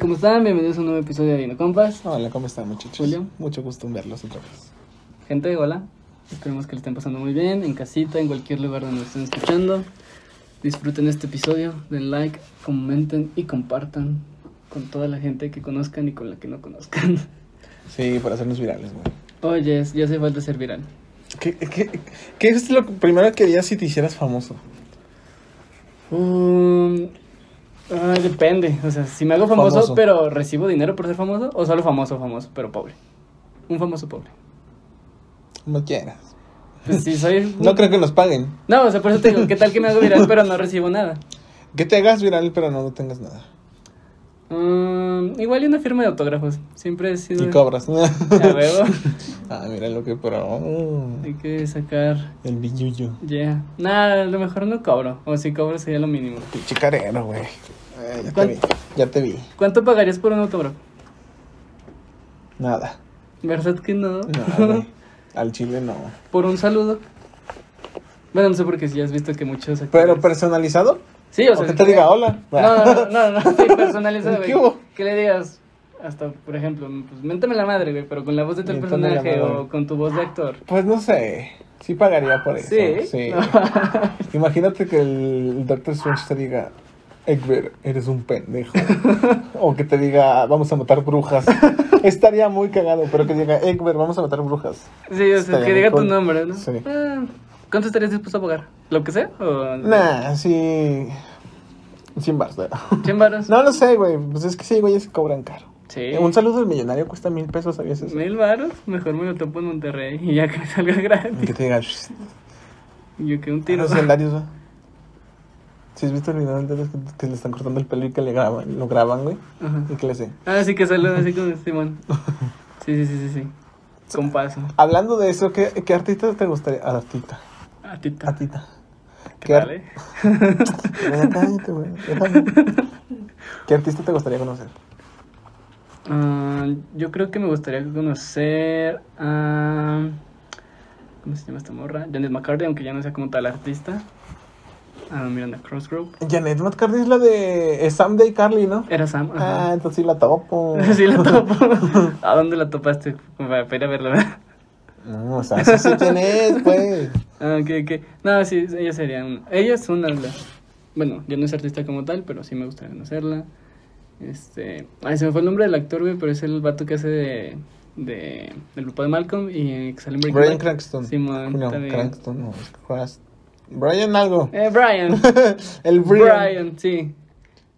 ¿cómo están? Bienvenidos a un nuevo episodio de Dino Compas. Hola, ¿cómo están muchachos? Julio. Mucho gusto en verlos otra vez. Gente, hola. Esperemos que le estén pasando muy bien, en casita, en cualquier lugar donde nos estén escuchando. Disfruten este episodio, den like, comenten y compartan con toda la gente que conozcan y con la que no conozcan. Sí, por hacernos virales, güey. Oye, ya hace falta ser viral. ¿Qué, qué, qué es lo primero que harías si te hicieras famoso? Um, ah, depende, o sea, si me hago famoso, Famoso. pero recibo dinero por ser famoso, o solo famoso, famoso, pero pobre. Un famoso pobre. No quieras. Pues si soy... No creo que nos paguen. No, o sea, por eso te digo, ¿qué tal que me hago viral pero no recibo nada? Que te hagas viral, pero no tengas nada. Mm, igual y una firma de autógrafos. Siempre he sido. Y cobras. A huevo. ah, mira lo que pero. Hay que sacar. el billuyo. Ya. Nada, a lo mejor no cobro. O si cobro sería lo mínimo. Pinche carero, güey. Ay, ya te ¿Cuál? vi. Ya te vi. ¿Cuánto pagarías por un autógrafo? Nada. ¿Verdad que no? No, güey. Al chile no. por un saludo. Bueno, no sé porque si has visto que muchos. actores- ¿Pero personalizado? Sí, o ¿O sea. que te diga hola? No, no, no, no, no, sí, personalizado, ¿Qué güey. hubo? Que le digas. Hasta, por ejemplo, pues méntame la madre, güey, pero con la voz de tal Méntame la personaje madre. o con tu voz de actor. Pues no sé. Sí pagaría por eso. Sí. Sí. Imagínate que el Doctor Strange te diga, Egbert, eres un pendejo. o que te diga, vamos a matar brujas. Estaría muy cagado, pero que diga, Egbert, vamos a matar brujas. Sí, o sea, Estaría que muy diga tu cool. nombre, ¿no? Sí. Ah, ¿Cuánto estarías dispuesto a pagar? ¿Lo que sea? ¿O Nah, sí. 100 bars, ¿no? ¿Cien varos? No lo sé, güey. Pues es que sí, güey, se cobran caro. Sí. Un saludo del millonario cuesta mil pesos, ¿sabías eso? ¿Mil varos? Mejor me lo topo en Monterrey y ya que me salga Y Que gratis. te diga, "Shh, Yo que un tiro. los legendarios, güey. Si has visto el video del dedo que- que le están cortando el pelo y que le graban, lo graban, güey. Ajá. ¿Y qué le hacen? Ah, sí que saludo así con Simón. Sí, sí, sí, sí, sí. Con paso. Hablando de eso, ¿qué, qué artista te gustaría? Artista. A tita. Artista. ¿Qué tal, eh? Ya cállate, güey, déjame. ¿Qué artista te gustaría conocer? Ah, yo creo que me gustaría conocer a... ¿Cómo se llama esta morra? Janet McCarthy, aunque ya no sea como tal artista. Ah, Miranda Crossgrove. Janet McCarthy es la de eh, Sam Day Carly, ¿no? Era Sam. ajá. Ah, entonces sí la topo. Sí la topo. ¿A dónde la topaste? Para para ir a verla, ¿verdad? No, Mm, o sea, sí sé quién es, pues. Ah, ok, ok. No, sí, ella sería una. Ella es una. de las- Bueno, yo no es artista como tal, pero sí me gustaría conocerla. Este. Ay, se me fue el nombre del actor, güey, pero es el vato que hace de. de del grupo de Malcolm y eh, que sale en Breaking Brian Bad. Cranston. Simón, no, también. Cranston, no, es Cras- Brian algo. Eh, Brian. El Brian. Brian, sí.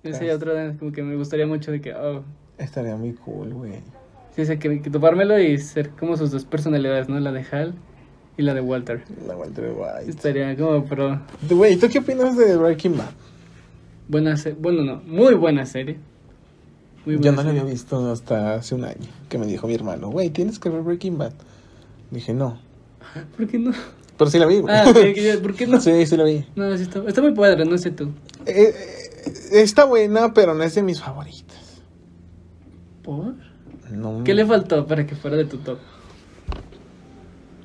Ese Yes. otro, eh, como que me gustaría mucho de que. Oh, Estaría muy cool, güey. sí, o sea, que, que topármelo y ser como sus dos personalidades, ¿no? La de Hal y la de Walter. La Walter White. Estaría como, pero. Güey, ¿tú qué opinas de Breaking Bad? Buena se- Bueno, no, muy buena serie. Muy Yo buena no lo serie. había visto hasta hace un año, que me dijo mi hermano, güey, tienes que ver Breaking Bad. Dije, no. ¿Por qué no? Pero sí la vi, güey. Ah, ok, ok, ¿por qué no? Sí, sí la vi. No, sí está, está muy padre, no sé tú. Eh, eh, está buena, pero no es de mis favoritas. ¿Por? No, ¿Qué le faltó para que fuera de tu top?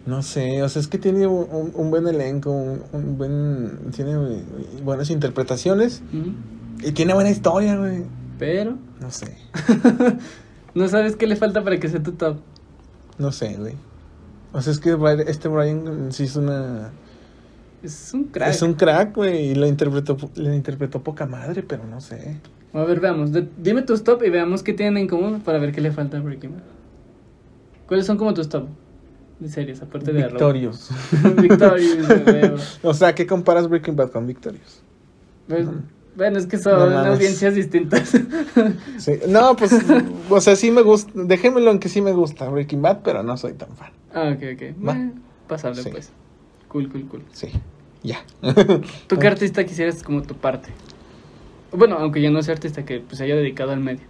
no sé, o sea, es que tiene un, un- un buen elenco, un, un buen... Tiene eh, buenas interpretaciones ¿Mm? y tiene buena historia, güey. Pero, No sé, ¿no sabes qué le falta para que sea tu top? no sé, güey. O sea, es que Bri- este Brian sí es una... Es un crack. Es un crack, güey, y lo interpretó, lo interpretó poca madre, pero no sé. A ver, veamos. de- dime tus top y veamos qué tienen en común para ver qué le falta a Breaking Bad. ¿Cuáles son como tus top? De series, aparte de Arrow. Victorious. Victorious, de huevo. o sea, ¿qué comparas Breaking Bad con Victorious? Pues, Bueno, es que No son mames. audiencias distintas. Sí, No, pues, o sea, sí me gusta, déjenmelo en que sí me gusta Breaking Bad, pero no soy tan fan. ah, ok, ok. Va. Bueno, pasable, Sí. pues. Cool, cool, cool. Sí, ya. ¿Tú Ah. qué artista quisieras como tu parte? Bueno, aunque yo no sea artista, que pues, se haya dedicado al medio.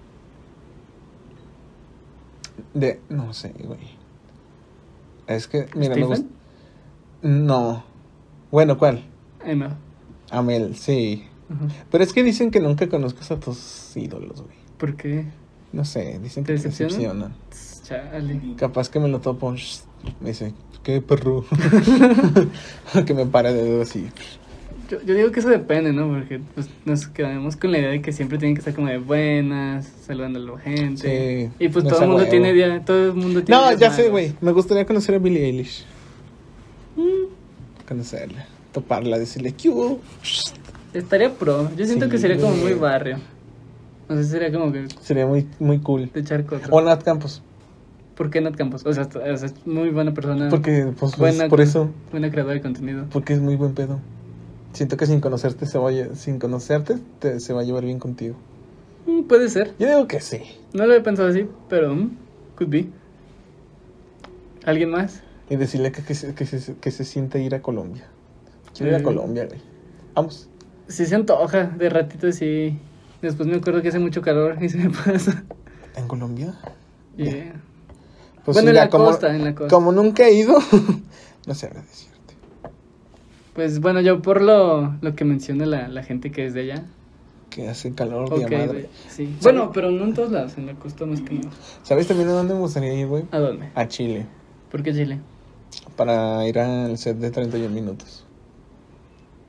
De, no sé, güey. Es que, mira, me ¿Stephen? gusta. No. Bueno, ¿cuál? Ahí me va. Amel, sí. Ajá. Pero es que dicen que nunca conozcas a tus ídolos, güey. ¿Por qué? No sé, dicen ¿Te que te decepcionan? decepcionan. Tss, Chale. Capaz que me lo topo. shh, Me dice, qué perro. que me para de dedo así. Yo, yo digo que eso depende, ¿no? Porque pues, nos quedamos con la idea de que siempre tienen que estar como de buenas, saludando a la gente. Sí, y pues no todo sea el mundo huevo. tiene día, todo el mundo tiene No, días ya sé, malos. güey. Me gustaría conocer a Billie Eilish. Mm. Conocerla, toparla, decirle, ¿qué hubo?". Estaría pro. Yo siento Sí, que sería como güey. muy barrio. No sé, sería como que Sería muy, muy cool. de charco. O Nat Campos. ¿Por qué Nat Campos? O sea, está- o sea, es muy buena persona. Porque, pues, es Buena- por eso. Buena creadora de contenido. Porque es muy buen pedo. Siento que sin conocerte se va a, lle- sin conocerte te- se va a llevar bien contigo. Mm, puede ser. Yo digo que sí. No lo he pensado así, pero mm, could be. ¿Alguien más? Y decirle que, que, se, que, se, que se siente ir a Colombia. Quiero ir Eh. a Colombia, güey. Vamos. Si se antoja, de ratito sí. Después me acuerdo que hace mucho calor y se me pasa. ¿En Colombia? Y, Ya. eh, Pues bueno, en mira, la costa, en la costa. Como nunca he ido, no sabré decirte. Pues bueno, yo por lo, lo que menciona la, la gente que es de allá. Que hace calor Ok, de madre. de- sí. ¿Sabes? Bueno, pero no en todos lados, en la costa más que nada. ¿Sabes también a dónde me gustaría ir, güey? ¿A dónde? A Chile. ¿Por qué Chile? Para ir al set de 31 minutos.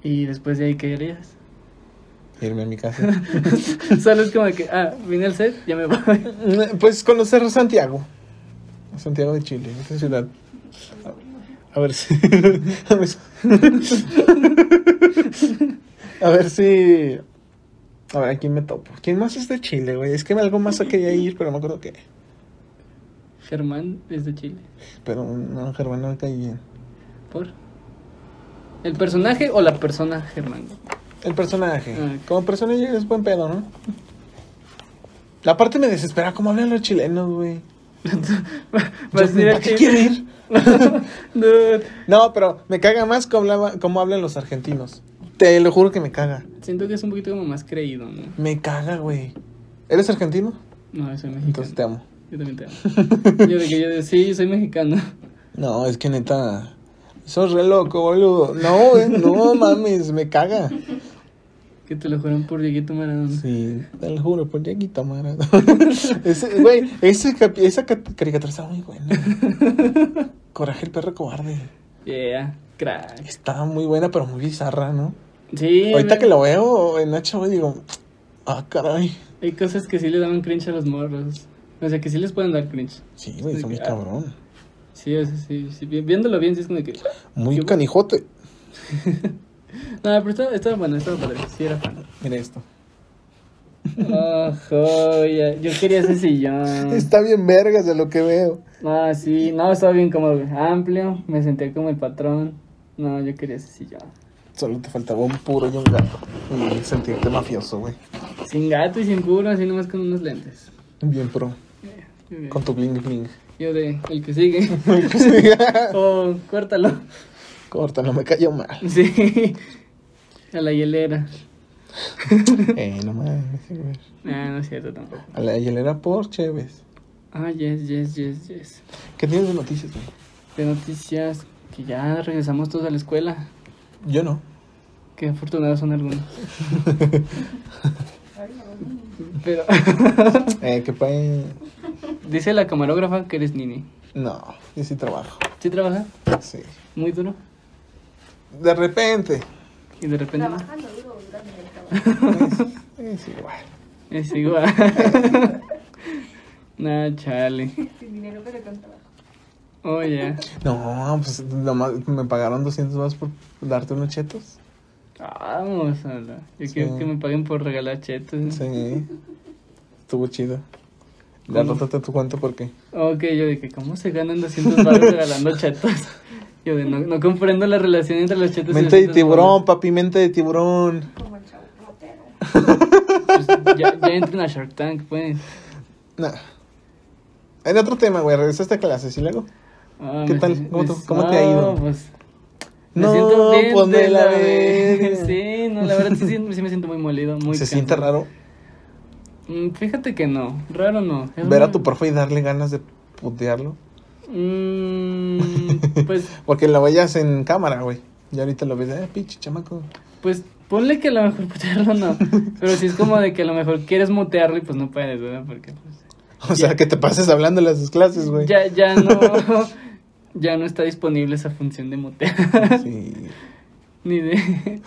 Y después de ahí, ¿qué harías? Irme a mi casa. Solo es como de que, ah, vine al set, ya me voy. pues conocer Santiago. Santiago de Chile, esa ciudad. A- A ver si. A ver si. A ver si. A ver, ¿a quién me topo? ¿Quién más es de Chile, güey? Es que algo más quería ir, pero no me acuerdo qué. Germán es de Chile. Pero no, Germán no me cae bien. ¿Por? ¿El personaje o la persona Germán? El personaje. Ah, ok. Como persona ya es buen pedo, ¿no? La parte me desespera cómo hablan los chilenos, güey. Yo, Vas a ir a ¿Para qué Chile. quiero ir? Dude, No, pero me caga más cómo, hablaba- cómo hablan los argentinos. Te lo juro que me caga. Siento que es un poquito como más creído, ¿no? Me caga, güey. ¿Eres argentino? No, yo soy mexicano. Entonces te amo. Yo también te amo. yo de que yo de, sí, yo soy mexicano. No, es que neta. Sos re loco, boludo. No, eh, no mames, me caga. Que te lo juran por Dieguito Maradona. Sí, te lo juro, por Jaquita Mara. Ese, güey, ese capi- esa ca- caricatura está muy buena. Coraje el perro cobarde. Yeah, crack. Está muy buena, pero muy bizarra, ¿no? Sí. Ahorita me- que lo veo en Nacho, güey, digo, ah, caray. Hay cosas que sí le daban cringe a los morros. O sea, que sí les pueden dar cringe. Sí, güey, está muy Ah. cabrón. Sí, o sea, sí, sí. vi- Viéndolo bien, sí es como que. Muy Qué bu- canijote. No, pero estaba, estaba bueno, estaba padre. Sí, era fan. Mira esto. Oh, joya. Yo quería ese sillón. Está bien vergas de lo que veo. Ah, sí. No, estaba bien cómodo. güey. Amplio. Me senté como el patrón. No, yo quería ese sillón. Solo te faltaba un puro y un gato. Y sentirte mafioso, güey. Sin gato y sin puro, así nomás con unos lentes. Bien pro. Yo de- Con tu bling bling. Yo de, el que sigue. oh, córtalo. Corta, no me cayó mal. Sí. A la hielera. Eh, no mames, güey. Ah, no es cierto tampoco. A la hielera por Chévez. Ah, yes, yes, yes, yes. ¿Qué tienes de noticias, güey? De noticias que ya regresamos todos a la escuela. Yo no. Qué afortunados son algunos. Pero Eh, que paguen. dice la camarógrafa que eres nini. No, yo sí trabajo. ¿Sí trabaja? Sí. Muy duro. De repente. Y de repente Pues no. Trabajando duro durante el trabajo. Es, es igual. es igual. nah, chale. Sin dinero, pero con trabajo. Oh, ya. No, pues nomás me pagaron 200 más por darte unos chetos. Vamos, a la... Yo Sí. quiero que me paguen por regalar chetos. Sí. Estuvo chido. La ¿Cómo? rato te tu cuento por qué. Ok, yo dije, ¿cómo se ganan 200 baros regalando chetos? Yo de, no, no comprendo la relación entre los chetos Mente y de los chetos tiburón, papi, mente de tiburón. Como el chavo ratero. pobres. Pues, ya, ya entren a Shark Tank, pues. Nada. En otro tema, güey, regresaste a clase, ¿sí luego? Ah, ¿Qué me- tal? ¿Cómo te- pues, cómo te ha ido? No, pues, me No, siento bien pues de me la verga. verga. Sí, no, la verdad sí, sí, sí me siento muy molido, muy ¿Se cansado. siente raro Mm, Fíjate que no, raro no. Es ver a muy- tu profe y darle ganas de putearlo? Mm, pues, Porque lo veías en cámara, güey. Y ahorita lo ves, eh, pinche chamaco. pues ponle que a lo mejor putearlo no, pero si es como de que a lo mejor quieres mutearlo y pues no puedes, ¿verdad? Porque pues... O sea, que te pases hablando en sus clases, güey. Ya, ya no. Ya no está disponible esa función de mutear. Sí. Ni de.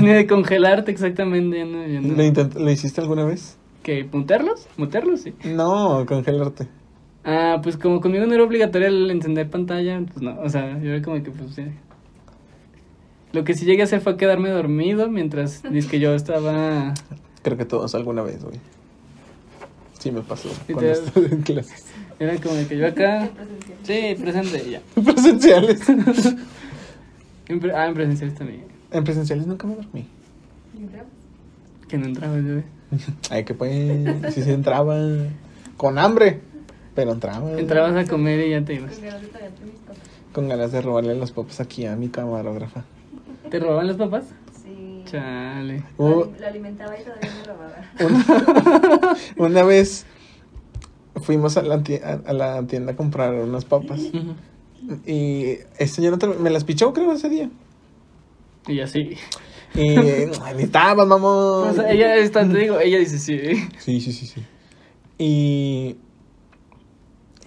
Ni de congelarte exactamente. ya no- ya no. ¿Lo, intent- ¿Lo hiciste alguna vez? ¿Qué? ¿Mutearlos? ¿Mutearlos? Sí. No, congelarte. Ah, pues como conmigo no era obligatorio el encender pantalla, pues no, o sea, yo era como que pues sí. Lo que sí llegué a hacer fue quedarme dormido mientras dice que yo estaba Creo que todos alguna vez, güey. Sí me pasó ¿Y te- cuando estaba en clases era como que yo acá presencial. sí, presente y ya. presenciales. En pre- ah, en presencial también. En presenciales nunca me dormí. ¿Y entramos? Que no entraba yo. eh. Ay, que pues, sí se entraba con hambre, pero entraba. Entrabas a comer y ya te ibas. Con ganas de traerte mis papas. Con ganas de robarle las papas aquí a mi camarógrafa. ¿Te robaban las papas? Sí. Chale. Hubo- Lo alimentaba y todavía me robaba. Una, una vez fuimos a la, tie- a- a la tienda a comprar unas papas Ujú. y este ya no te- me las pichó creo ese día. Y así. Y ahí estabas, mamón. O sea, ella está, te digo, ella dice sí. Sí, sí, sí, sí. Y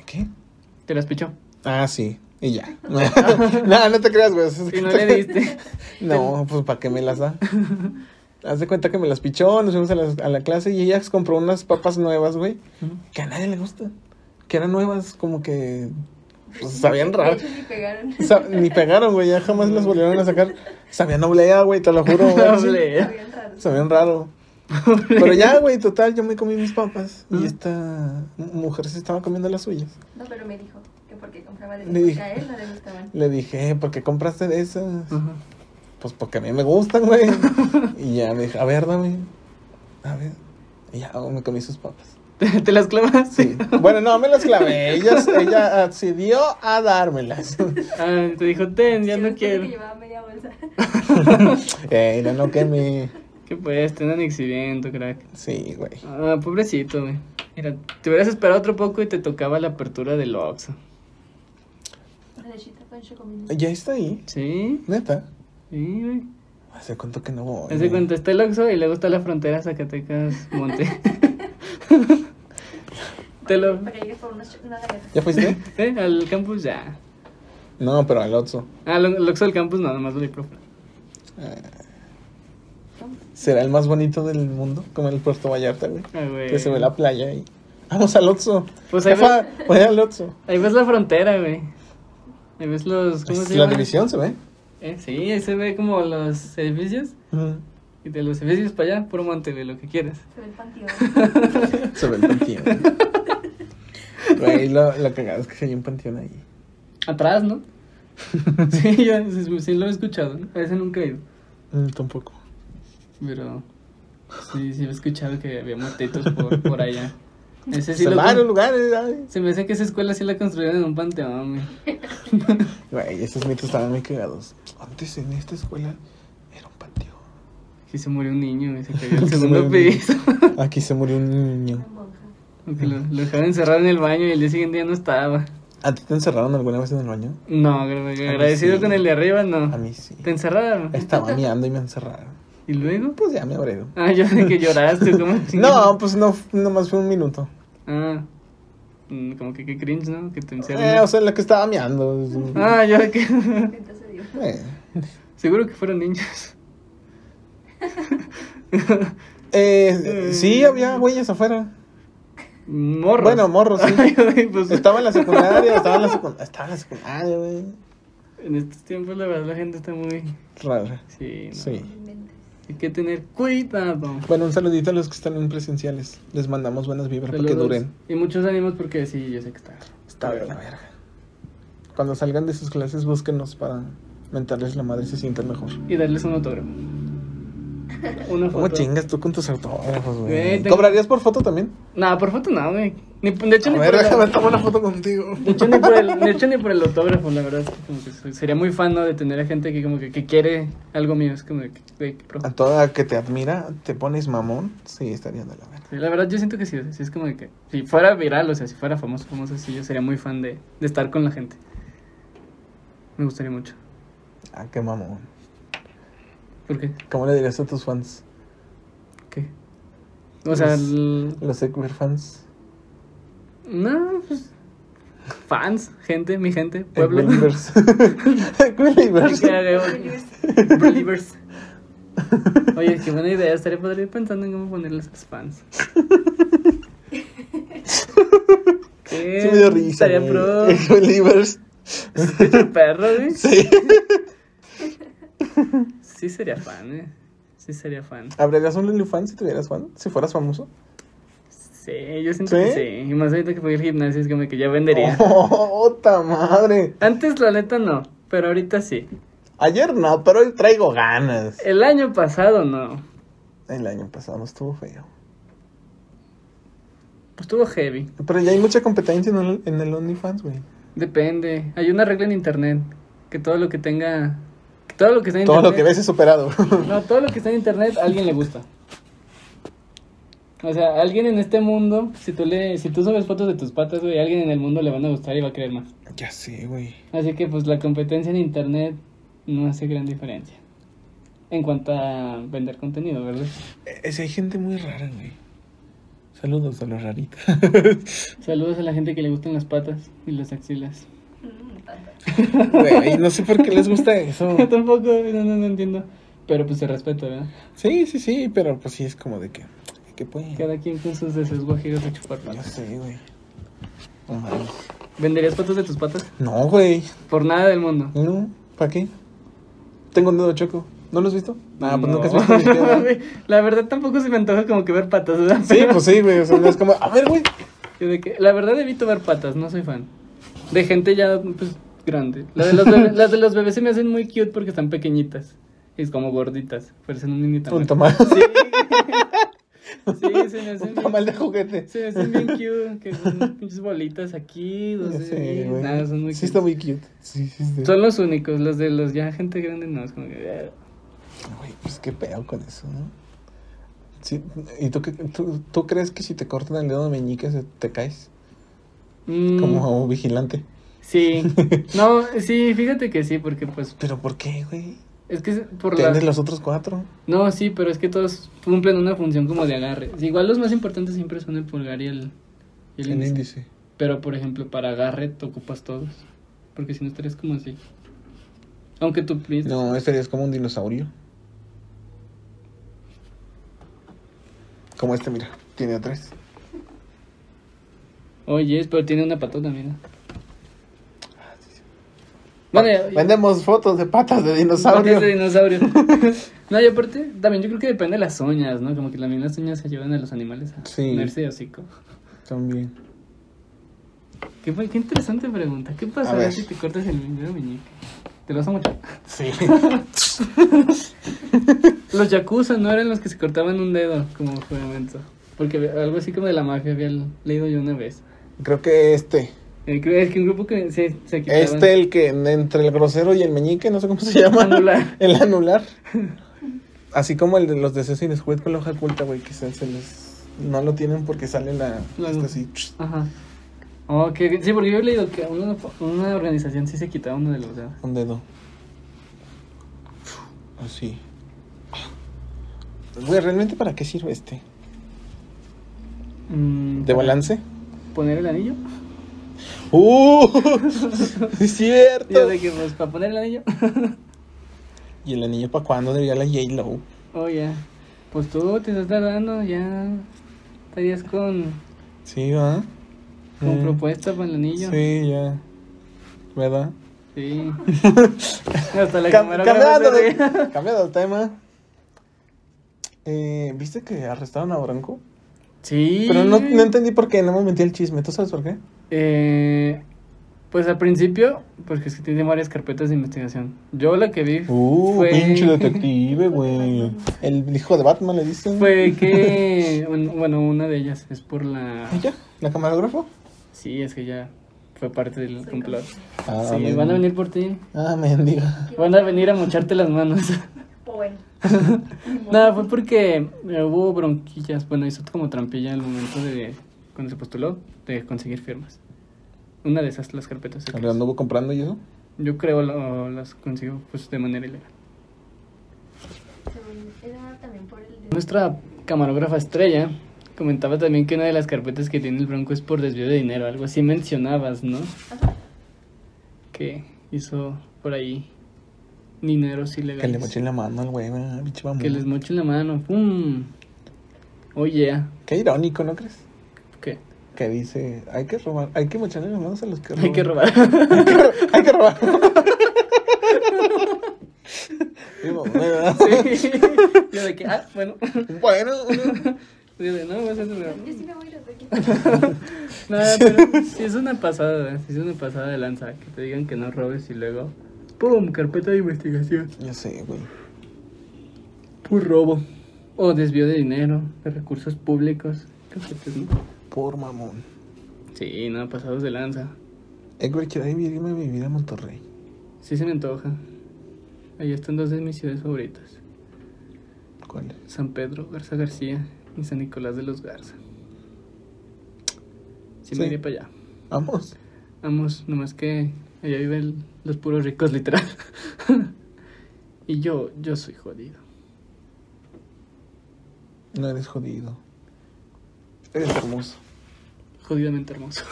¿qué? Te las pichó. Ah, sí. Y ya. no, no te creas, güey. Es Y que no te- le diste. No, pues ¿para qué me las da? Haz de cuenta que me las pichó, nos fuimos a la, a la clase y ella compró unas papas nuevas, güey, Ujú. que a nadie le gustan. Que eran nuevas, como que pues, sabían raro. De hecho, ni pegaron. Sa- ni pegaron, güey, ya jamás las volvieron a sacar. Sabían oblea, güey, te lo juro. güey. Oblea. Sabían raro. Sabían raro. Pero ya, güey, total, yo me comí mis papas y esta mujer se estaba comiendo las suyas. No, pero me dijo que porque compraba de Le mí, porque dije- a él no le gustaban. Le dije, "Eh, ¿por qué compraste de esas? Ajá. Pues porque a mí me gustan, güey. Y ya me dijo, a ver, dame. A ver. Y ya oh, me comí sus papas. ¿Te, te las clavas? Sí. Bueno, no, me las clavé. Ella, ella accedió a dármelas. Ah, te dijo, ten, ya Yo no después de quiero. Que llevaba media bolsa. Ey, Eh, no, no, que me. Que pues, te andan exhibiendo, crack. Sí, güey. Ah, pobrecito, güey. Mira, te hubieras esperado otro poco y te tocaba la apertura del Oxxo. Lechita con chocomil. Ya está ahí. Sí, Neta. sí, güey. Hace cuánto que no voy. Hace güey. cuenta, está el Oxxo y luego está la frontera Zacatecas Monte. te lo. Para que llegues por unas cho- una galleta. ¿Ya fuiste? ¿Eh? Al campus ya. No, pero al otro. Ah, lo- el Oxxo del campus no, nomás lo micrófono. ¿Será el más bonito del mundo? Como el Puerto Vallarta, güey. Ah, güey. Que se ve la playa y. Vamos al Otso. Pues ahí Jefa, voy al Otso. Ahí ves la frontera, güey. Ahí ves los. Pues, ¿Cómo se La llama? división se ve. Eh, sí, ahí se ve como los edificios. Ujú. Y de los edificios para allá, puro monte, güey, lo que quieras. Se ve el panteón. Se ve el panteón. Güey, lo, lo cagado es que se hay un panteón ahí. Atrás, ¿no? sí, ya, sí, sí lo he escuchado, ¿no? A ese nunca he ido. Mm, tampoco. Pero sí, sí he escuchado que había muertitos por, por allá. Ese sí se lo van a con- Pues, lugares. ay. Se me hace que esa escuela sí la construyeron en un panteón, güey. Güey, esos mitos estaban muy cagados. Antes en esta escuela era un panteón. Sí se murió un niño, güey, se cayó Aquí al se segundo murió un piso. Aquí se murió un Una niño. monja. Porque lo, lo dejaron encerrado en el baño y el día siguiente ya no estaba. ¿A ti te encerraron alguna vez en el baño? No, gra- agradecido Ah, sí. Ah. con el de arriba, no. A mí sí. Te encerraron. Estaba miando y me encerraron. ¿Y luego? Pues ya me abrieron. Ah, yo de que lloraste, ¿cómo? No, pues no, nomás fue un minuto. Ah, mm, como que qué cringe, ¿no? Que te encierren. Eh, o sea, la que estaba miando. Ah, yo de que... Entonces digo, Eh. Seguro que fueron niños. Eh, sí, había güeyes afuera. Morros. Bueno, morros, sí. Ay, güey, pues, Estaba en la secundaria, estaba en la secundaria, estaba en la secundaria, güey. En estos tiempos, la verdad, la gente está muy. Rara. Sí, no. Sí. no inventes. Hay que tener cuidado. Bueno, un saludito a los que están en presenciales. Les mandamos buenas vibras para que Saludos. duren. Y muchos ánimos porque sí, yo sé que está. Está bien, la verga. Cuando salgan de sus clases, búsquenos para mentarles la madre y se sientan mejor. Y darles un autógrafo. Una ¿Cómo foto. chingas tú con tus autógrafos, Güey, güey? tengo- ¿Cobrarías por foto también? Nada, por foto no, güey. Ni- de, hecho, A ni ver, por el- déjame tomar una foto contigo. de hecho, ni por el, de hecho, ni por el autógrafo, la verdad. es que como que soy- sería muy fan, ¿no? De tener a gente que, como que, que quiere algo mío. Es como de que. güey, qué pro. A toda que te admira, te pones mamón. Sí, estaría de la verga. Sí, la verdad yo siento que sí, o sea, sí, es como de que si fuera viral, o sea, si fuera famoso, famoso, sí, yo sería muy fan de, de estar con la gente. Me gustaría mucho. Ah, qué mamón. ¿Por qué? ¿Cómo le dirías a tus fans? ¿Qué? O sea, Pues- el- Los Equer fans. no, pues fans, gente, mi gente, pueblo. Equilibers. Equilibers. Believers. Oye, qué buena idea. Estaría padre pensando en cómo ponerles los pants. ¿Qué? Sí me dio risa. Estaría güey. pro. Ex Believers. Pinche perro, güey. Sí. Sí sería fan, eh. Sí sería fan. ¿Abrirías un OnlyFans si tuvieras fan? Si fueras famoso. Sí, yo siento ¿Sí? que sí. Y más ahorita que fui al gimnasio es como que ya vendería. Oh, ¡Ota madre! Antes la neta no, pero ahorita sí. Ayer no, pero hoy traigo ganas. El año pasado no. El año pasado no estuvo feo. Pues estuvo heavy. Pero ya hay mucha competencia en el, en el OnlyFans, güey. Depende. Hay una regla en internet que todo lo que tenga. que todo lo que está en Todo internet. lo que ves es superado. No, todo lo que está en internet a alguien le gusta. O sea, a alguien en este mundo, si tú le, si tú subes fotos de tus patas, güey, a alguien en el mundo le van a gustar y va a querer más. ya sé, güey. Así que pues la competencia en internet no hace gran diferencia. En cuanto a vender contenido, ¿verdad? E-, Es, hay gente muy rara, güey. Saludos a los raritos. Saludos a la gente que le gustan las patas y las axilas. Mm, tata. Güey, no sé por qué les gusta eso. Yo tampoco, no, no, no entiendo. Pero pues se respeta, ¿verdad? Sí, sí, sí, pero pues sí es como de que. ¿Qué puede? Cada quien con sus deseos guajiros de chupar Ya patas. sé, güey. No mames. ¿Venderías patas de tus patas? No, güey. Por nada del mundo. No, ¿para qué? Tengo un dedo choco. ¿No lo has visto? Ah, pues nunca has visto mis piernas. La verdad tampoco se me antoja como que ver patas, ¿verdad? Sí, pues sí, güey. O sea, no es como, a ver, güey. Yo de que- la verdad evito ver patas, no soy fan. De gente ya, pues, grande. La de los bebés, las de los bebés se me hacen muy cute porque están pequeñitas. Es como gorditas, parecen un mini Un tamal. tamal. Sí, se me hacen un bien- tamal de juguete. Se me hacen bien cute, que son pinches bolitas aquí, dos Ya de sé, ahí, güey. pues, nada, son muy Sí, cute. está muy cute. Sí, sí, está. Son los únicos, los de los ya gente grande no, es como que... eh. Güey, pues qué pedo con eso, ¿no? Sí, ¿Y tú, qué- tú, tú crees que si te cortan el dedo meñique se- te caes? Mm, Como vigilante. Sí, no, sí, fíjate que sí, porque pues ¿Pero por qué, güey? es que es por la... Tienes los otros cuatro. No, sí, pero es que todos cumplen una función como de agarre. Igual los más importantes siempre son el pulgar y el, y el El índice. índice. Pero, por ejemplo, para agarre te ocupas todos. Porque si no estarías como así. Aunque tú please. No, este es como un dinosaurio. Como este, mira, tiene tres. Oye, pero tiene una patota, mira. Ah, Bueno, ya- ya- Vendemos fotos de patas de dinosaurio. patas de dinosaurio. no, y aparte, también yo creo que depende de las uñas, ¿no? Como que también las uñas se llevan a los animales a Sí. ponerse de hocico. También. Qué, fue- qué interesante pregunta. ¿Qué A pasará ver. si te cortas el dedo meñique? Te lo vas a mochar. Sí. Los yakuza no eran los que se cortaban un dedo como juramento. Porque algo así como de la mafia había leído yo una vez. Creo que este. Eh, creo- Es que un grupo que se, se quitaban. Este, el que en- entre el grosero y el meñique, no sé cómo se llama. Anular. El anular. Así como el de los de Assassin's Squid con la hoja oculta, güey, que se, se les. No lo tienen porque sale la. La- esta así. ch- Ajá. Oh, que, sí, porque yo he leído que una, una organización sí se quitaba uno de los dedos. Un dedo. Así. Güey, ¿realmente para qué sirve este? Mm, ¿De balance? ¿Poner el anillo? ¡Uh! ¡Es Yo cierto! de que, pues, para poner el anillo. ¿Y el anillo para cuándo debería la J-Lo? oh, ya. Pues tú te estás tardando, ya. Estarías con, Sí, ¿verdad? con Mm. propuesta para el anillo. Sí, ya. ¿Verdad? Sí. Hasta la Cam- cámara. cambiando, me hace de, reír. cambiando de tema. Eh, ¿Viste que arrestaron a Branco? Sí. Pero no, no entendí por qué, no me metí el chisme. ¿Tú sabes por qué? Eh, pues al principio, porque es que tiene varias carpetas de investigación. Yo la que vi fue, Uh, detective, güey. El hijo de Batman le dicen. fue que, un- bueno, una de ellas es por la... ¿Ella? ¿La camarógrafo? Sí, es que ya fue parte del complot. Ah, sí, men- van a venir por ti. Ah, mendiga. Van a venir a mocharte las manos. O Pues bueno. Nada, fue porque eh, hubo bronquillas. Bueno, hizo como trampilla al momento de, cuando se postuló, de conseguir firmas. Una de esas, las carpetas. secretas. ¿Anduvo comprando y eso? Yo creo lo- las consigo pues de manera ilegal. Según- Era también por el de... Nuestra camarógrafa estrella comentaba también que una de las carpetas que tiene el Bronco es por desvío de dinero, algo así mencionabas, ¿no? Ajá. Que hizo por ahí dineros Que le ilegales. mochen la mano al güey, ¿verdad? pinche mamón. Que les mochen la mano. ¡Pum! Oye, Qué irónico, ¿no crees? ¿qué? Que dice, hay que robar, hay que mocharle las manos a los que roban. Hay que robar. hay, que ro- hay que robar. Digo, bueno, sí. Yo de que, ah, bueno. bueno, Yo de, no, vas a robar. Yo sí me voy a ir de aquí. Nada, pero sí es una pasada, sí es una pasada de lanza. Que te digan que no robes y luego, ¡pum! Carpeta de investigación. ya sé, güey. Por Pues robo. O desvío de dinero, de recursos públicos. Cajetes, ¿no? Por mamón. Sí, no, pasados de lanza. Edward, quiero irme a vivir a Monterrey. Sí se me antoja. Ahí están dos de mis ciudades favoritas. ¿Cuál? San Pedro Garza García y San Nicolás de los Garza. Sí, Sí. me iré para allá. Vamos. Vamos, nomás que allá viven los puros ricos, literal. y yo, yo soy jodido. No eres jodido. Eres hermoso. Jodidamente hermoso.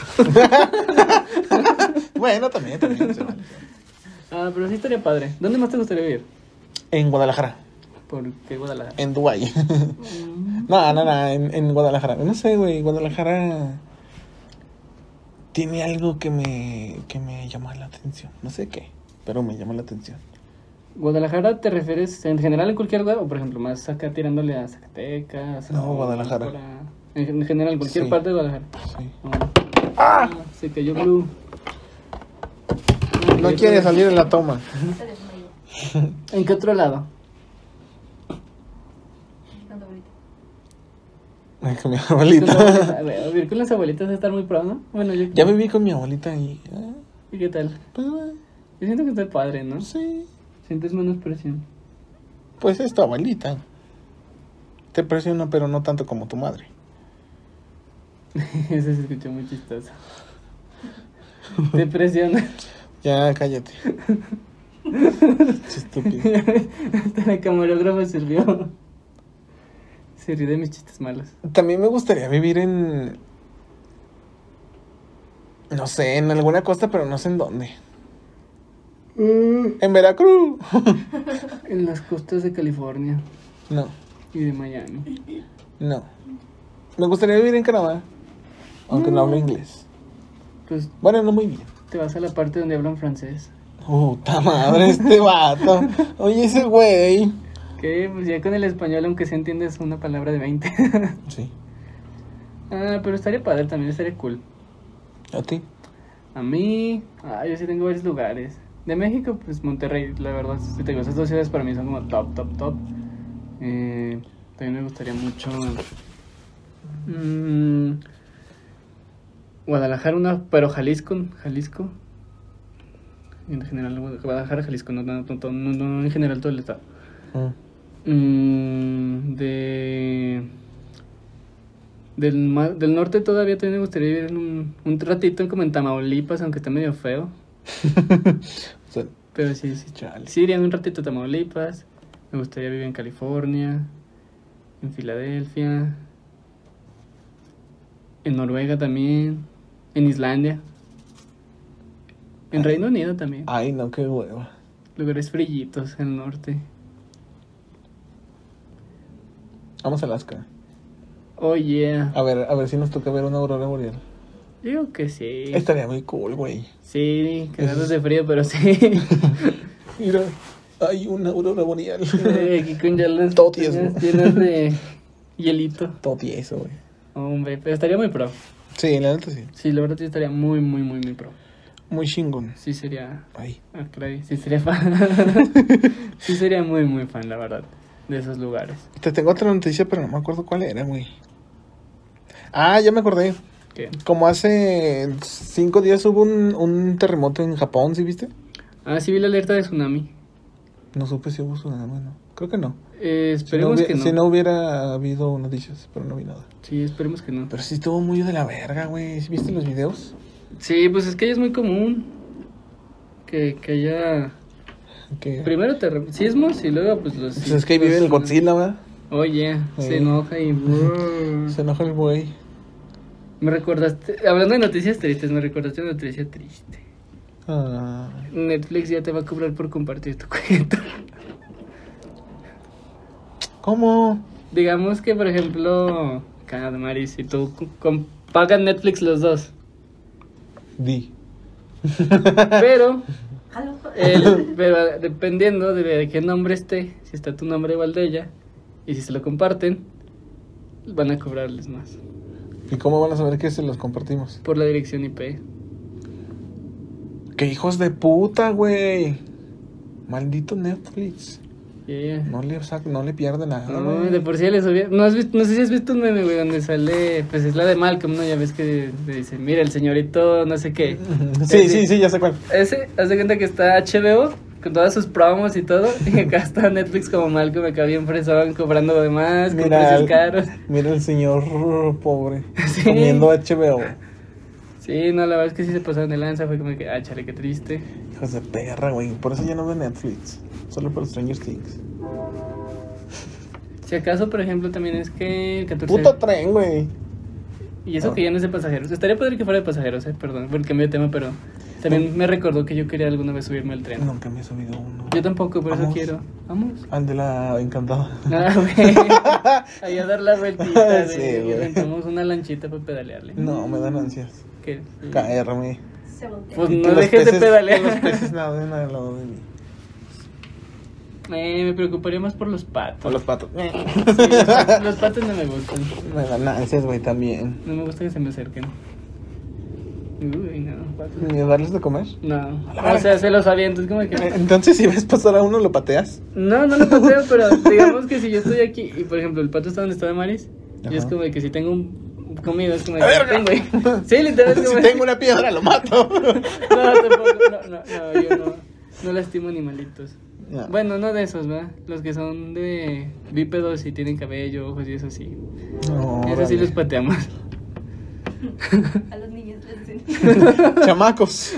Bueno, también, también se vale. Ah, pero sí estaría padre. ¿Dónde más te gustaría vivir? En Guadalajara. Porque Guadalajara. En Dubái. no, no, no, en, en Guadalajara. No sé, güey, Guadalajara tiene algo que me, que me llama la atención. No sé qué, pero me llama la atención. ¿Guadalajara te refieres en general en cualquier lugar? O por ejemplo, más acá tirándole a Zacatecas. No, a Guadalajara. Táncora? En, en general, cualquier Sí. parte de Guadalajara. Sí. Ah, se cayó Blue. Ah, No cayó quiere Blue. salir en la toma. Se desmayó. ¿En qué otro lado? Cuando ahorita. Ay, Con Con mi las abuelita. abuelitas. A ver, Vivir con las abuelitas debe estar muy pro, ¿no? Bueno, yo. Ya viví con mi abuelita y. ah, ¿Y qué tal? pues, ah, Yo siento que está padre, ¿no? sí. Sientes menos presión. Pues es tu abuelita. Te presiona, pero no tanto como tu madre. Eso se escuchó muy chistoso. Te presiona. Ya, cállate. Estúpido. Hasta la camarógrafa se rió. Se rió de mis chistes malos. También me gustaría vivir en. No sé, en alguna costa, pero no sé en dónde. En Veracruz. En las costas de California No, y de Miami. no. Me gustaría vivir en Canadá. Aunque no hablo inglés. Pues Bueno, no muy bien. te vas a la parte donde hablan francés. Puta madre, este vato. Oye, ese güey. Que pues ya con el español, aunque se entiendes una palabra de 20. Sí. ah, pero estaría padre también, estaría cool. ¿A ti? A mí, ah, yo sí tengo varios lugares. De México, pues Monterrey, la verdad, si te digo, esas dos ciudades para mí son como top, top, top. Eh, también me gustaría mucho. mm, Guadalajara, una, pero Jalisco, Jalisco. En general, Guad- Guadalajara, Jalisco, no, no, no, no, no, en general todo el estado. Mm, de. Del, ma- del norte todavía también me gustaría vivir en un, un ratito como en Tamaulipas, aunque está medio feo. O sea, Pero sí, sí. Chale. Sí, iría un ratito a Tamaulipas. Me gustaría vivir en California, en Filadelfia, en Noruega también, en Islandia, en Reino Unido también. Ay, no, qué hueva. Lugares frillitos en el norte. Vamos a Alaska. Oh, yeah. A ver, a ver si nos toca ver una aurora boreal. Digo que sí. Estaría muy cool, güey. Sí, Eso es- cagados de frío, pero sí. Mira, hay una aurora boreal. Eh, Aquí con ya las Todo tieso. uñas llenas de hielito. Todo tieso, güey. Hombre, pero estaría muy pro. Sí, la neta sí. Sí, la verdad sí estaría muy, muy, muy, muy pro. Muy chingón. Sí sería... Ay. ah, caray, sí sería fan. sí sería muy, muy fan, la verdad, de esos lugares. Te tengo otra noticia, pero no me acuerdo cuál era, güey. Ah, ya me acordé. ¿Qué? Como hace cinco días hubo un, un terremoto en Japón, ¿sí viste? Ah, sí vi la alerta de tsunami. No supe si hubo tsunami o no. Creo que no. Eh, Si no, esperemos hubi- que no. si no hubiera habido noticias, pero no vi nada. Sí, esperemos que no. Pero sí estuvo muy de la verga, güey. ¿Sí ¿Viste los videos? Sí, pues es que ya es muy común que, que haya... Que... Primero terre- sismos y luego pues los... Pues es que ahí vive el los- Godzilla, ¿verdad? Oye, Sí. se enoja y... mm. Se enoja el güey. Me recordaste, hablando de noticias tristes, me recordaste una noticia triste. A Ah, Netflix ya te va a cobrar por compartir tu cuenta. ¿Cómo? Digamos que, por ejemplo, Maris si tú c- com- pagas Netflix los dos, Di. pero, Jalo. el- pero dependiendo de, de qué nombre esté, si está tu nombre igual de ella, y si se lo comparten, van a cobrarles más ¿Y cómo van a saber que se los compartimos? por la dirección IP. ¡Qué hijos de puta, güey! Maldito Netflix. Yeah. No le, sac- no le pierde nada, No, güey. de por sí ya le subía. No, has visto- no sé si has visto un meme, güey, donde sale. Pues es la de Malcolm, ¿no? Ya ves que te dice, mira, el señorito, no sé qué. Sí, sí, sí, ya sé cuál. Ese, haz de cuenta que está HBO con todas sus promos y todo. Y acá está Netflix como Malcolm, acá bien fresón, cobrando lo demás, con Mira, precios caros. mira el señor pobre Sí. comiendo HBO. Sí, no, la verdad es que sí se pasaron de lanza. Fue como que, ah, chale, qué triste. Hijos de perra, güey. Por eso ya no veo Netflix. Solo por Stranger Things. Si acaso, por ejemplo, también es que el 14. Puto tren, güey. Y eso que ya no es de pasajeros. Estaría padre que fuera de pasajeros, eh, perdón, por el cambio de tema, pero también me recordó que yo quería alguna vez subirme al tren. Nunca me he subido uno. Yo tampoco, por eso Vamos. quiero. Vamos. Al de la encantada. Nada, güey. Ahí a dar la vueltita, Sí, güey. y güey. rentamos una lanchita para pedalearle. No, eh. me dan ansias. Que- Caerme. Se voltea. Pues Y no que los dejes de peces- pedalear. que Los peces naden al lado de mí. Eh, me preocuparía más por los O patos. los patos. me Sí, los, patos los patos no me gustan. Eh, dan ansias, güey, también. No me gusta que se me acerquen. Uy, no. patos. ¿Y darles de comer? No. O sea, se los aviento. Es como Eh, que. Entonces, si ves pasar a uno, lo pateas. No, no lo pateo, pero digamos que si yo estoy aquí y, por ejemplo, el pato está donde está de Maris, yo es Ajá. como de que si tengo un comida, es como de ¡A que. verga! "Ten, güey". Sí, literal. es como Si de- tengo una piedra, lo mato. No, tampoco. No, no, no, yo no. No lastimo animalitos. No. Bueno, no de esos, ¿verdad? Los que son de bípedos y tienen cabello, ojos y eso sí. No, eso sí órale. los pateamos. A los niños les dicen. Chamacos.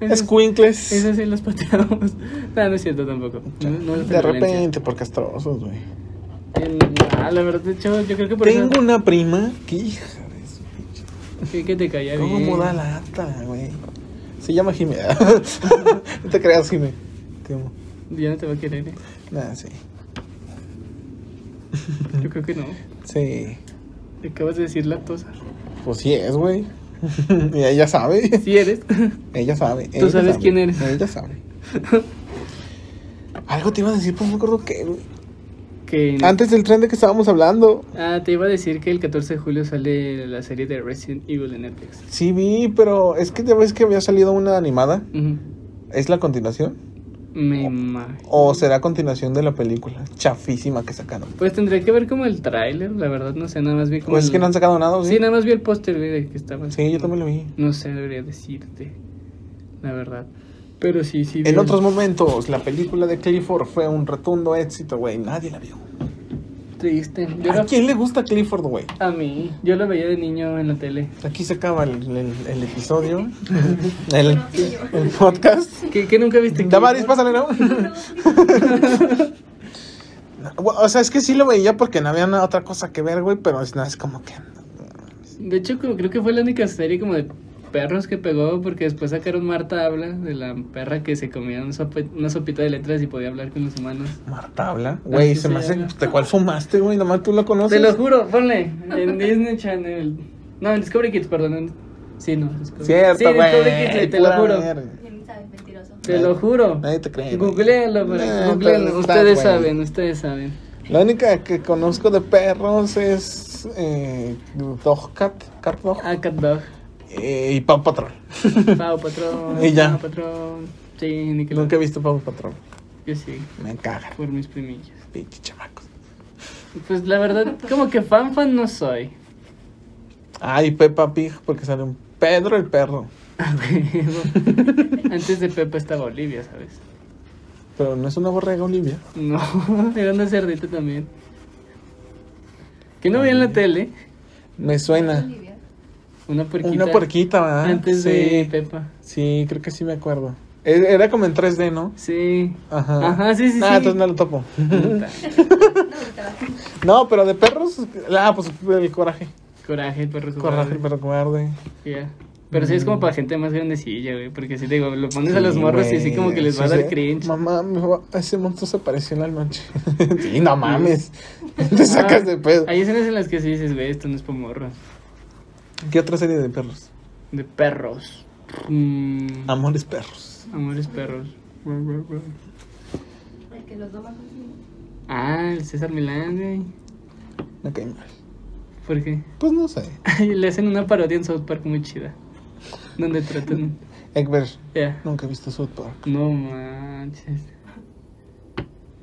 Esos- Escuincles. Eso sí los pateamos. No, no es cierto tampoco. No, no es de violencia. repente, por castrosos, güey. Eh, Ah, la verdad, de hecho, yo creo que por Tengo eso. una prima que, hija de su pinche. Sí, que te caía bien. ¿Cómo da lata, güey? Se llama Jimmy. no te creas, Jimmy. Te amo. Ya no te va a querer, ¿eh? Nah, sí. Yo creo que no. Sí. Te acabas de decir la cosa. Pues sí es, güey. y ella sabe. Si eres. Ella sabe. Tú ella sabes sabe, quién eres. Ella sabe. Algo te iba a decir, pero no me acuerdo qué. güey. que Antes del tren de que estábamos hablando. Ah, te iba a decir que el 14 de julio sale la serie de Resident Evil de Netflix. Sí vi, pero es que ya ves que había salido una animada. Ujú. ¿Es la continuación? Me Oh. imagino. ¿O será continuación de la película? Chafísima que sacaron. Pues tendría que ver como el tráiler, la verdad no sé, nada más vi como Pues es el- que no han sacado nada, ¿o Sí, nada más vi el póster güey, de que estaba. Sí, yo también lo vi. No sé, debería decirte. La verdad. Pero sí, sí. vi En el- otros momentos, la película de Clifford fue un rotundo éxito, güey. Nadie la vio. Triste. Yo ¿A lo- quién le gusta Clifford, güey? A mí. Yo lo veía de niño en la tele. Aquí se acaba el, el- el episodio, el, No, sí, yo. el podcast. ¿Qué, qué nunca viste? Damaris, Clifford? pásale, ¿no? O sea, es que sí lo veía porque no había na- otra cosa que ver, güey, pero es, no, es como que... De hecho, creo, creo que fue la única serie como de perros que pegó porque después sacaron Marta habla de la perra que se comía un sope- una sopita de letras y podía hablar con los humanos. Marta habla. Ah, Güey, sí, se me sí, hace... habla. ¿De cuál fumaste, güey? Nomás tú lo conoces. Te lo juro, ponle en Disney Channel. No, en Discovery Kids, perdón. en- Sí, no, Discovery Cierto, Sí, güey. Discovery Kids, güey, te lo pura juro. mierda. Bien sabes, mentiroso. Te lo juro. Nadie te cree. güey. Googlealo, güey. Nah, Googlealo. pero estás, Ustedes güey. saben, ustedes saben. La única que conozco de perros es eh, Dogcat, Cat Dog, Ah, Cat Dog. eh, y Paw Patrol. Pau Patrón. Y ya. Pau Patrón. Sí, Nickelodeon. Nunca he visto Paw Patrol. Yo sí, Me cagan, por mis primillas. pinche chamacos. Pues la verdad, como que fan fan no soy. Ah, y Peppa Pig, porque sale un Pedro el perro. A huevo. Antes de Pepa estaba Olivia, ¿sabes? Pero no es una borrega, Olivia. No, era una cerdita también. Que no veía en la tele. Me suena. Olivia. Una puerquita. Una puerquita, ¿verdad? Antes sí. de Pepa. Sí, creo que sí me acuerdo. E- Era como en 3D, ¿no? Sí. Ajá. Ajá, sí, sí, Ah, sí. entonces no lo topo. Puta. No, ahorita va. No, pero de perros. Ah, pues el coraje. Coraje, el perro Coraje, cobarde. el perro cobarde. Ya. Pero sí es como Mm. para gente más grandecilla, güey. Porque si te digo, lo pones a los morros y sí como que les va a Sí, dar sí. cringe. Mamá, mi papá, ese monstruo se apareció en la noche. sí, no mames. Te sacas de pedo. Hay escenas en las que sí dices, güey, esto no es para morros. ¿Qué otra serie de perros? De perros. Mm, Amores perros. amores perros. El que los doma contigo. Ah, el César Milán, güey. Me cae mal. ¿Por qué? Pues no sé. Le hacen una parodia en South Park muy chida. Donde tratan. Egbert, Ya. nunca he visto South Park. No manches.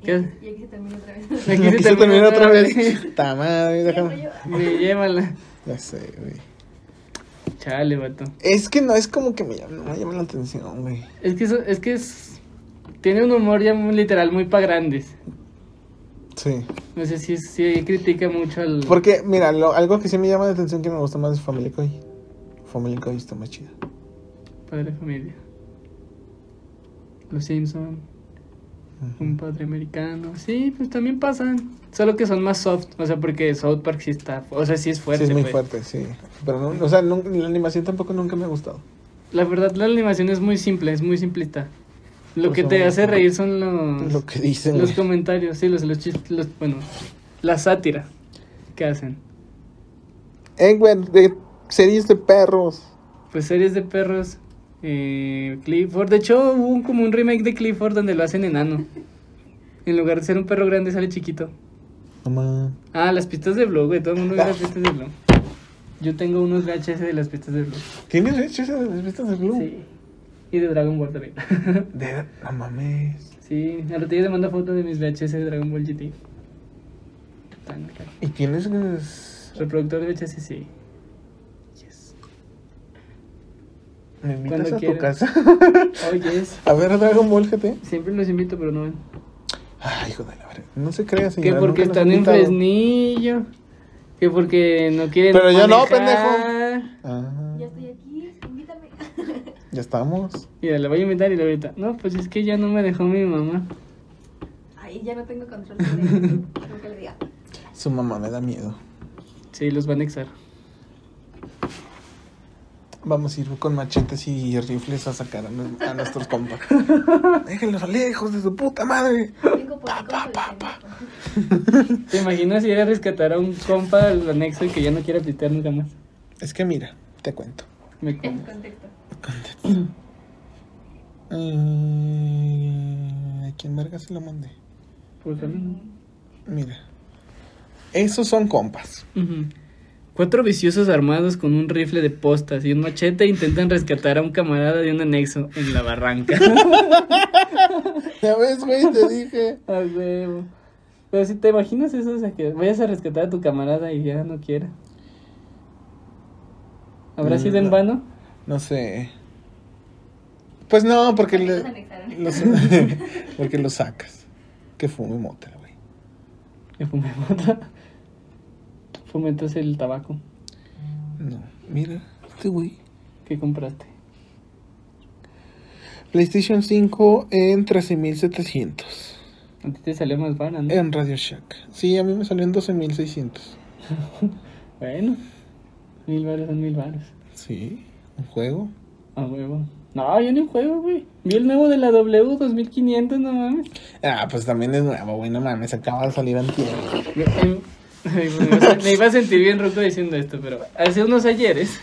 Y ¿Qué? aquí- Y aquí se termina otra vez. Aquí Me se quise termina terminar otra otra vez. vez. Ta madre, Siempre déjame. yo. Me llévala. Ya sé, güey. Chale, vato. Es que no es como que me llama, no me llama la atención, güey. Es que eso, es que es. Tiene un humor ya muy literal muy para grandes. Sí. No sé si si critica mucho al. Porque, mira, lo- algo que sí me llama la atención que me gusta más es Family Coy. Family Coy está más chida. Padre de familia. Los Simpson. Un padre americano. Sí, pues también pasan. Solo que son más soft. O sea, porque South Park sí está. O sea, sí es fuerte. sí, es muy pues. fuerte, sí. Pero, no, o sea, nun- la animación tampoco nunca me ha gustado. La verdad, la animación es muy simple, es muy simplista. Lo Por que te favor. hace reír son los, Lo que dicen, Mm. los güey. comentarios, sí, los, los chistes, los, bueno, la sátira que hacen. Eh, güey, de series de perros. Pues series de perros, eh, Clifford. De hecho, hubo un- como un remake de Clifford donde lo hacen enano. En lugar de ser un perro grande, sale chiquito. Mamá. Ah, las pistas de blog, güey. Todo el mundo ve las pistas de blog. Yo tengo unos VHS de las pistas de blog. ¿Tienes hecho esas de las vistas de Blue? Sí. Y de Dragon Ball también. De, no mames. Sí, al ratillo te mando fotos de mis VHS de Dragon Ball GT. Están acá. ¿Y tienes las- Reproductor de VHS, sí. Yes. ¿Me invitas Cuando a tu quieras. casa? Oh, yes. a ver, Dragon Ball GT. Siempre los invito, pero no ven. Ay, hijo de la verga. No se crea, Que señora. porque nunca nos han están en invitado. Fresnillo. Que porque no quieren. Pero yo no, manejar. Ah, Ya estoy aquí, invítame. ya estamos. Mira, la voy a invitar y la voy a invitar. No, pues es que ya no me dejó mi mamá. Ahí ya no tengo control sobre eso. Lo que le diga. Su mamá me da miedo. Sí, los va a anexar. Vamos a ir con machetes y rifles a sacar a, nu- a nuestros compas. Déjenlos salir, hijos de su puta madre. Vengo por ti Pa, con pa, el pa, teléfono. ¿Te imaginas ir a rescatar a un compa del anexo y que ya no quiera pitear nunca más? Es que mira, te cuento. Me En cuentas. contexto. Eh, ¿A quién verga se lo mandé? Pues, ¿no? Mira. Esos son compas. Ujú. Cuatro viciosos armados con un rifle de postas y un machete intentan rescatar a un camarada de un anexo en la barranca. Ya ves, güey, te dije. A huevo. Pero si te imaginas eso, o sea, que vayas a rescatar a tu camarada y ya no quiera. ¿Habrá Mm, sido en no. vano? No sé. Pues no, porque Los le- anexaron. los, porque los sacas. Que fume mota, güey. Me fumé mota. Fomentas el tabaco No, mira, este güey. que compraste. PlayStation 5 en 13700 A ti te salió más vana, ¿no? en Radio Shack. Sí, a mí me salió en 12600. Bueno, mil baros son mil baros. Sí, un juego. A huevo. No, yo ni juego, güey. Vi el nuevo de la W 2500, no mames. Ah, pues también es nuevo, güey, no mames, acaba de salir antier. Yo, em, ay, me, iba a- me iba a sentir bien roto diciendo esto, pero hace unos ayeres.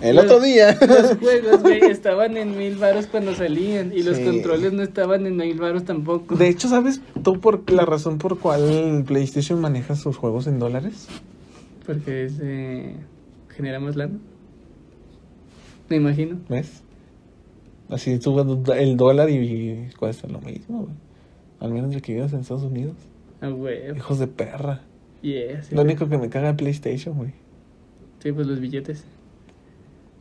El otro día. Los juegos, güey, estaban en mil varos cuando salían. Y los Sí. controles no estaban en mil varos tampoco. De hecho, ¿sabes tú por la razón por cual PlayStation maneja sus juegos en dólares? Porque es, eh, genera más lana. Me imagino. ¿Ves? Así sube el dólar y cuesta lo mismo, güey. Al menos de que vivas en Estados Unidos. A huevo. Hijos de perra. Yeah, sí. Lo único que me caga es PlayStation, güey. Sí, pues los billetes.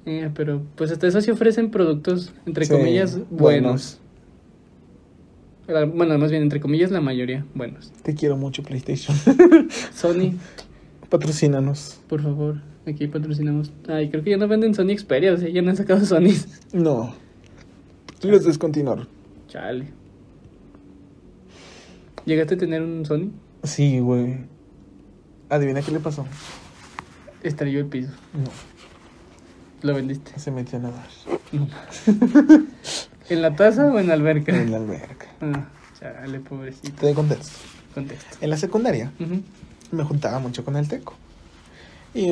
Eh, pero pues hasta eso sí ofrecen productos, entre Sí, comillas, buenos. buenos. La- Bueno, más bien, entre comillas, la mayoría buenos. Te quiero mucho, PlayStation. Sony, Patrocínanos. por favor, aquí patrocinamos. Ay, creo que ya no venden Sony Xperia, o sea, ya no han sacado Sony. No. Los descontinuaron. Chale. ¿Llegaste a tener un Sony? Sí, güey. Adivina qué le pasó. Estrelló el piso. No. Lo vendiste. Se metió a nadar ¿En la taza o en la alberca? en la alberca. Ah, chale, pobrecito. Te doy contexto. Contexto. En la secundaria Ujú. me juntaba mucho con el teco. Y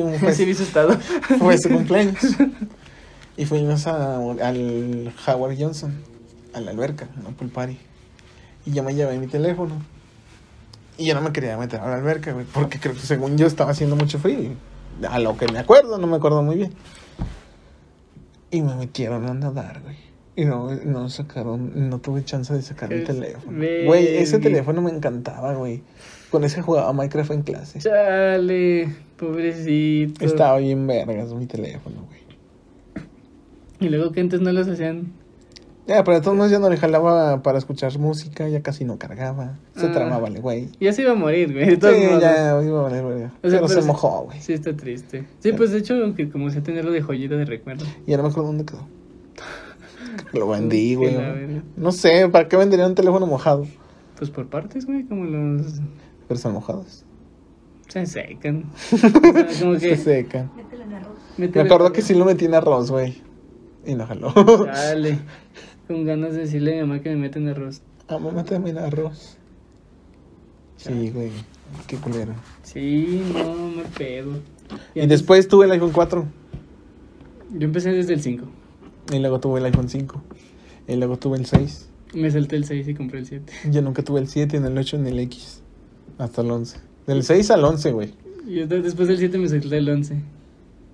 un- pues, sí vi su estado. fue su cumpleaños. Y fuimos a- al Howard Johnson, a la alberca, a un pool party. Y yo me llevé mi teléfono. Y yo no me quería meter a la alberca, güey, porque creo que según yo estaba haciendo mucho frío. y A lo que me acuerdo, no me acuerdo muy bien. Y me metieron a nadar, güey. Y no, no sacaron, no tuve chance de sacar el Es- teléfono. ve- Güey, ese teléfono me encantaba, güey. Con ese jugaba Minecraft en clase. Chale, pobrecito. Estaba bien vergas mi teléfono, güey. Y luego que antes no los hacían. Ya, pero de todos modos ya no le jalaba para escuchar música, ya casi no cargaba. Se Ah. tramaba el güey. Ya se iba a morir, güey. de Sí, todos modos. ya iba a valer, güey. O sea, pero, se sí- mojó, güey. Sí, está triste. Sí, pues de hecho, aunque como sea tenerlo de joyita de recuerdo. Y no me acuerdo dónde quedó. Lo vendí, Sí, güey. la verga. No sé, ¿para qué vendería un teléfono mojado? Pues por partes, güey, como los. Pero son mojados. Se secan. O sea, como Se que. secan. Métela en arroz. Me acuerdo que sí lo metí en arroz, güey. Y no jaló. Dale. Con ganas de decirle a mi mamá que me meten arroz. Ah, mamá también arroz. Sí, güey. Qué culero. Sí, no, me pedo. Y antes- después tuve el iPhone 4. Yo empecé desde el 5. Y luego tuve el iPhone 5. Y luego tuve el 6. Me salté el 6 y compré el 7. Yo nunca tuve el 7, ni el 8, ni el X. Hasta el 11. Del 6 al 11, güey. Y entonces después del 7 me salté el 11.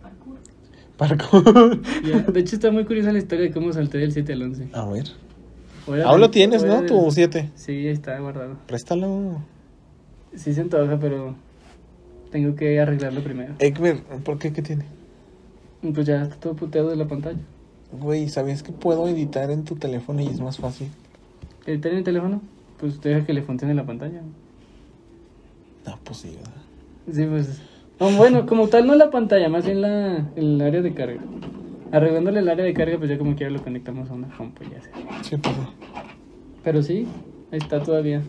Parkour. Parkour. Ya, De hecho, está muy curiosa la historia de cómo salté del 7 al 11. A ver. O era Aún Ah, lo del- tienes, o era ¿no? del- Tu 7. Sí, ahí está guardado. Préstalo. Sí se antoja, pero tengo que arreglarlo primero. Ekber, ¿por qué? ¿Qué tiene? Y Pues ya está todo puteado de la pantalla. Güey, ¿sabías que puedo editar en tu teléfono y es más fácil? Editar en Eh, el teléfono, pues deja que le funcione la pantalla. No, pues sí, ¿verdad? Sí, pues. no, bueno, como tal, no la pantalla, más bien la, el área de carga. Arreglándole el área de carga, pues ya como quiera lo conectamos a una compu, ya sé. Sí, pues sí. Pero sí, ahí está todavía.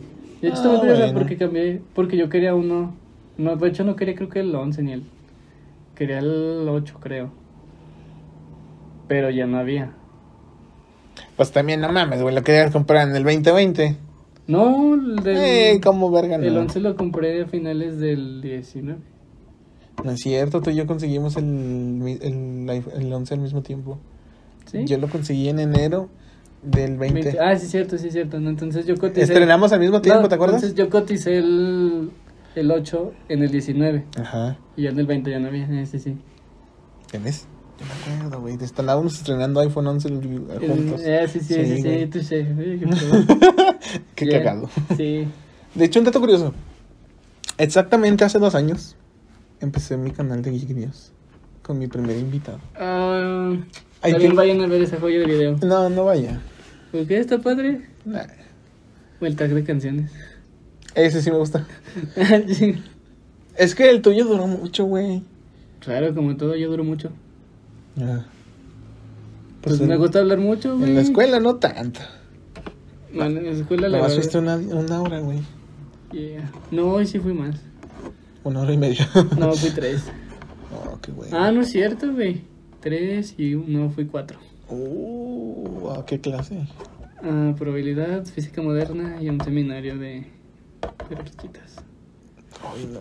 De hecho, Ah, está muy curiosa bueno. porque cambié, porque yo quería uno. No, de hecho, no quería, creo que el 11 ni el. Quería el 8, creo. Pero ya no había. Pues también, no mames, güey, lo querías comprar en el 2020. No, el del. Eh, ¿cómo verga no? El 11 lo compré a finales del 19. No es cierto, tú y yo conseguimos el, mi- el, iPhone- el 11 al mismo tiempo. ¿Sí? Yo lo conseguí en enero del 20. 20. Ah, sí, cierto, sí, cierto. No, entonces yo coticé. Estrenamos al mismo tiempo, No, ¿te acuerdas? Entonces yo coticé el, el 8 en el 19. Ajá. Y ya en el 20 ya no había. eh, Sí, sí. ¿Tienes? Yo me acuerdo, güey. te Estábamos estrenando iPhone 11 l- El- juntos. eh, sí, sí, sí, sí, güey. touché. Oye, qué pedo. Qué Ya, cagado. Sí. De hecho, un dato curioso. Exactamente hace dos años empecé mi canal de Geek News con mi primer invitado. Ah, Ay, también qué- vayan a ver esa joya de video. No, no vaya. ¿Por qué está padre? Nah. O el tag de canciones. Ese sí me gusta. Es que el tuyo duró mucho, güey. claro, como todo, yo duro mucho. Ah. Pues, en- me gusta hablar mucho, güey. En la escuela no tanto. Bueno, en la escuela la Lo has verdad- visto una, una hora, güey. Yeah. No, hoy sí fui más. Una hora y media. No, fui tres. Oh, qué güey. Ah, no es cierto, güey. Tres y uno, fui cuatro. Uh, ah, qué clase. Ah, probabilidad, física moderna y un seminario de perquitas. Ay, no.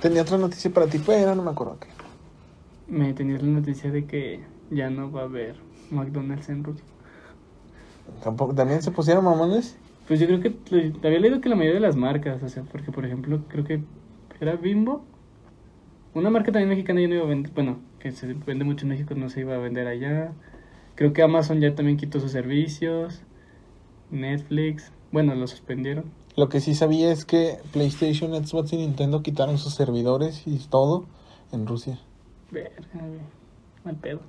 Tenía otra noticia para ti, pero no me acuerdo qué. Me tenías la noticia de que ya no va a haber McDonald's en Rusia. Tampoco, también se pusieron mamones. Pues yo creo que le- había leído que la mayoría de las marcas, o sea, porque por ejemplo, creo que era Bimbo. Una marca también mexicana ya no iba a vender, bueno, que se vende mucho en México, no se iba a vender allá. Creo que Amazon ya también quitó sus servicios. Netflix, bueno, lo suspendieron. Lo que sí sabía es que PlayStation, Xbox y Nintendo quitaron sus servidores y todo en Rusia. Verga, güey. Mal pedo.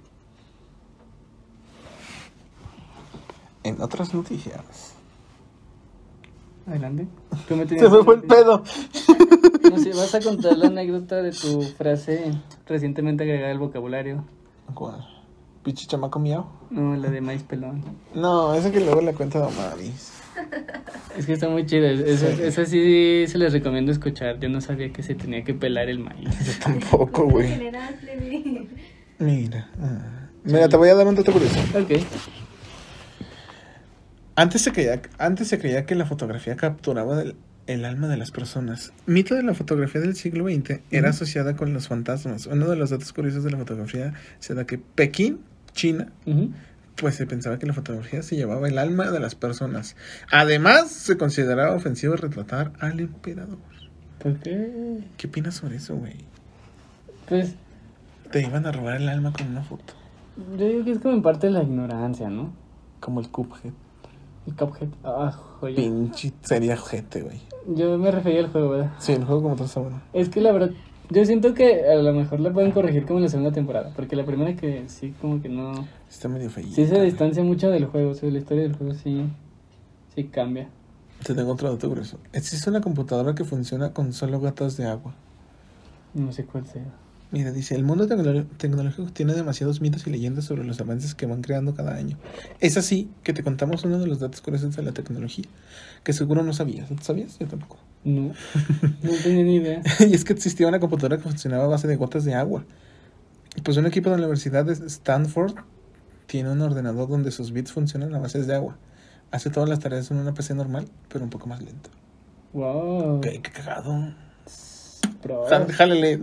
En otras noticias. Adelante. Tú me tenías Se me fue el una- pedo. No sé, vas a contar la anécdota de tu frase recientemente agregada al vocabulario. ¿Cuál? ¿Pichi chamaco miau? No, la de maíz pelón. No, esa que luego la cuenta de Maris. Es que está muy chida. Esa, Sí. esa sí se les recomiendo escuchar. Yo no sabía que se tenía que pelar el maíz. Tampoco, Cultura güey. general, plebe. Mira. ah. Mira, te voy a dar un dato curioso. Ok. Antes se creía, antes se creía que la fotografía capturaba el, el alma de las personas. Mito de la fotografía del siglo XX era Ujú. asociada con los fantasmas. Uno de los datos curiosos de la fotografía se da que Pekín, China, Ujú. pues se pensaba que la fotografía se llevaba el alma de las personas. Además, se consideraba ofensivo retratar al emperador. Ok. ¿Qué opinas sobre eso, güey? Pues Te iban a robar el alma con una foto. yo digo que es como en parte la ignorancia, ¿no? Como el Cuphead. El Cuphead. Ah, joya. Pinche sería ojete, güey. Yo me refería al juego, ¿verdad? Sí, el juego como todo está bueno. Es que la verdad, yo siento que a lo mejor la pueden corregir como en la segunda temporada, porque la primera que sí, como que no... Está medio feíto. Sí se güey. distancia mucho del juego, o sea, la historia del juego sí, sí cambia. Te tengo otro dato grueso. Existe una computadora que funciona con solo gotas de agua. No sé cuál sea. Mira, dice, el mundo tecno- tecnológico tiene demasiados mitos y leyendas sobre los avances que van creando cada año. Es así que te contamos uno de los datos curiosos de la tecnología, que seguro no sabías. ¿Tú sabías? Yo tampoco. No, no tenía ni idea. y es que existía una computadora que funcionaba a base de gotas de agua. Y Pues un equipo de la Universidad de Stanford tiene un ordenador donde sus bits funcionan a base de agua. Hace todas las tareas en una PC normal, pero un poco más lento. Wow. Ok, qué cagado. Pro. Sam, Jálele.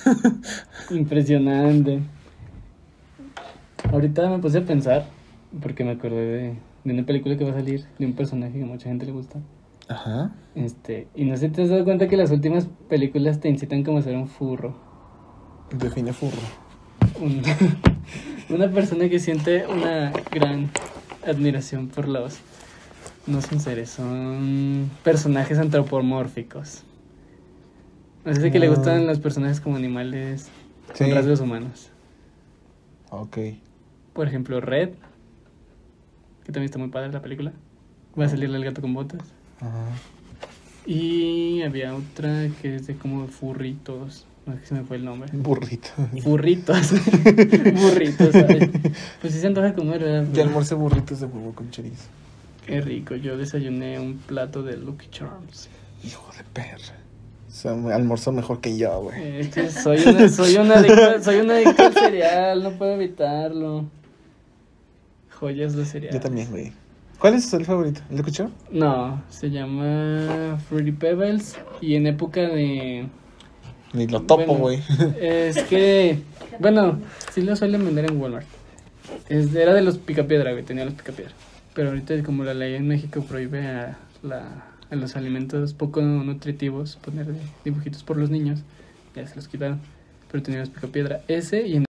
Impresionante. Ahorita me puse a pensar, porque me acordé de, de una película que va a salir, de un personaje que a mucha gente le gusta. Ajá. Este, y no sé si te has dado cuenta que las últimas películas te incitan como a ser un furro. Define furro. un- una persona que siente una gran admiración por los... No son seres, son personajes antropomórficos. Así que le Ah. gustan los personajes como animales con Sí. rasgos humanos. Ok. Por ejemplo, Red, que también está muy padre la película. Va a salirle el gato con botas. Ajá. Y había otra que es de como furritos. No sé si me fue el nombre. Burrito. Burritos. burritos, ¿sabes? Pues sí se antoja comer, ¿verdad? Ya almorcé burritos de huevo con chorizo. Qué rico. Yo desayuné un plato de Lucky Charms. Hijo de perra. O sea, me almorzó mejor que yo, güey. Eh, es que soy una, soy una adicta, soy una adicta al cereal, no puedo evitarlo. Joyas de cereal. Yo también, güey. ¿Cuál es el favorito? ¿El de cuchillo? No, se llama Fruity Pebbles y en época de... Ni lo topo, Bueno, güey. Es que, bueno, sí lo suelen vender en Walmart. Es de- era de los picapiedra, güey, tenía los picapiedra. Pero ahorita como la ley en México prohíbe a, la- a los alimentos poco nutritivos poner de- dibujitos por los niños, ya se los quitaron. Pero tenía los picapiedra. Ese y en...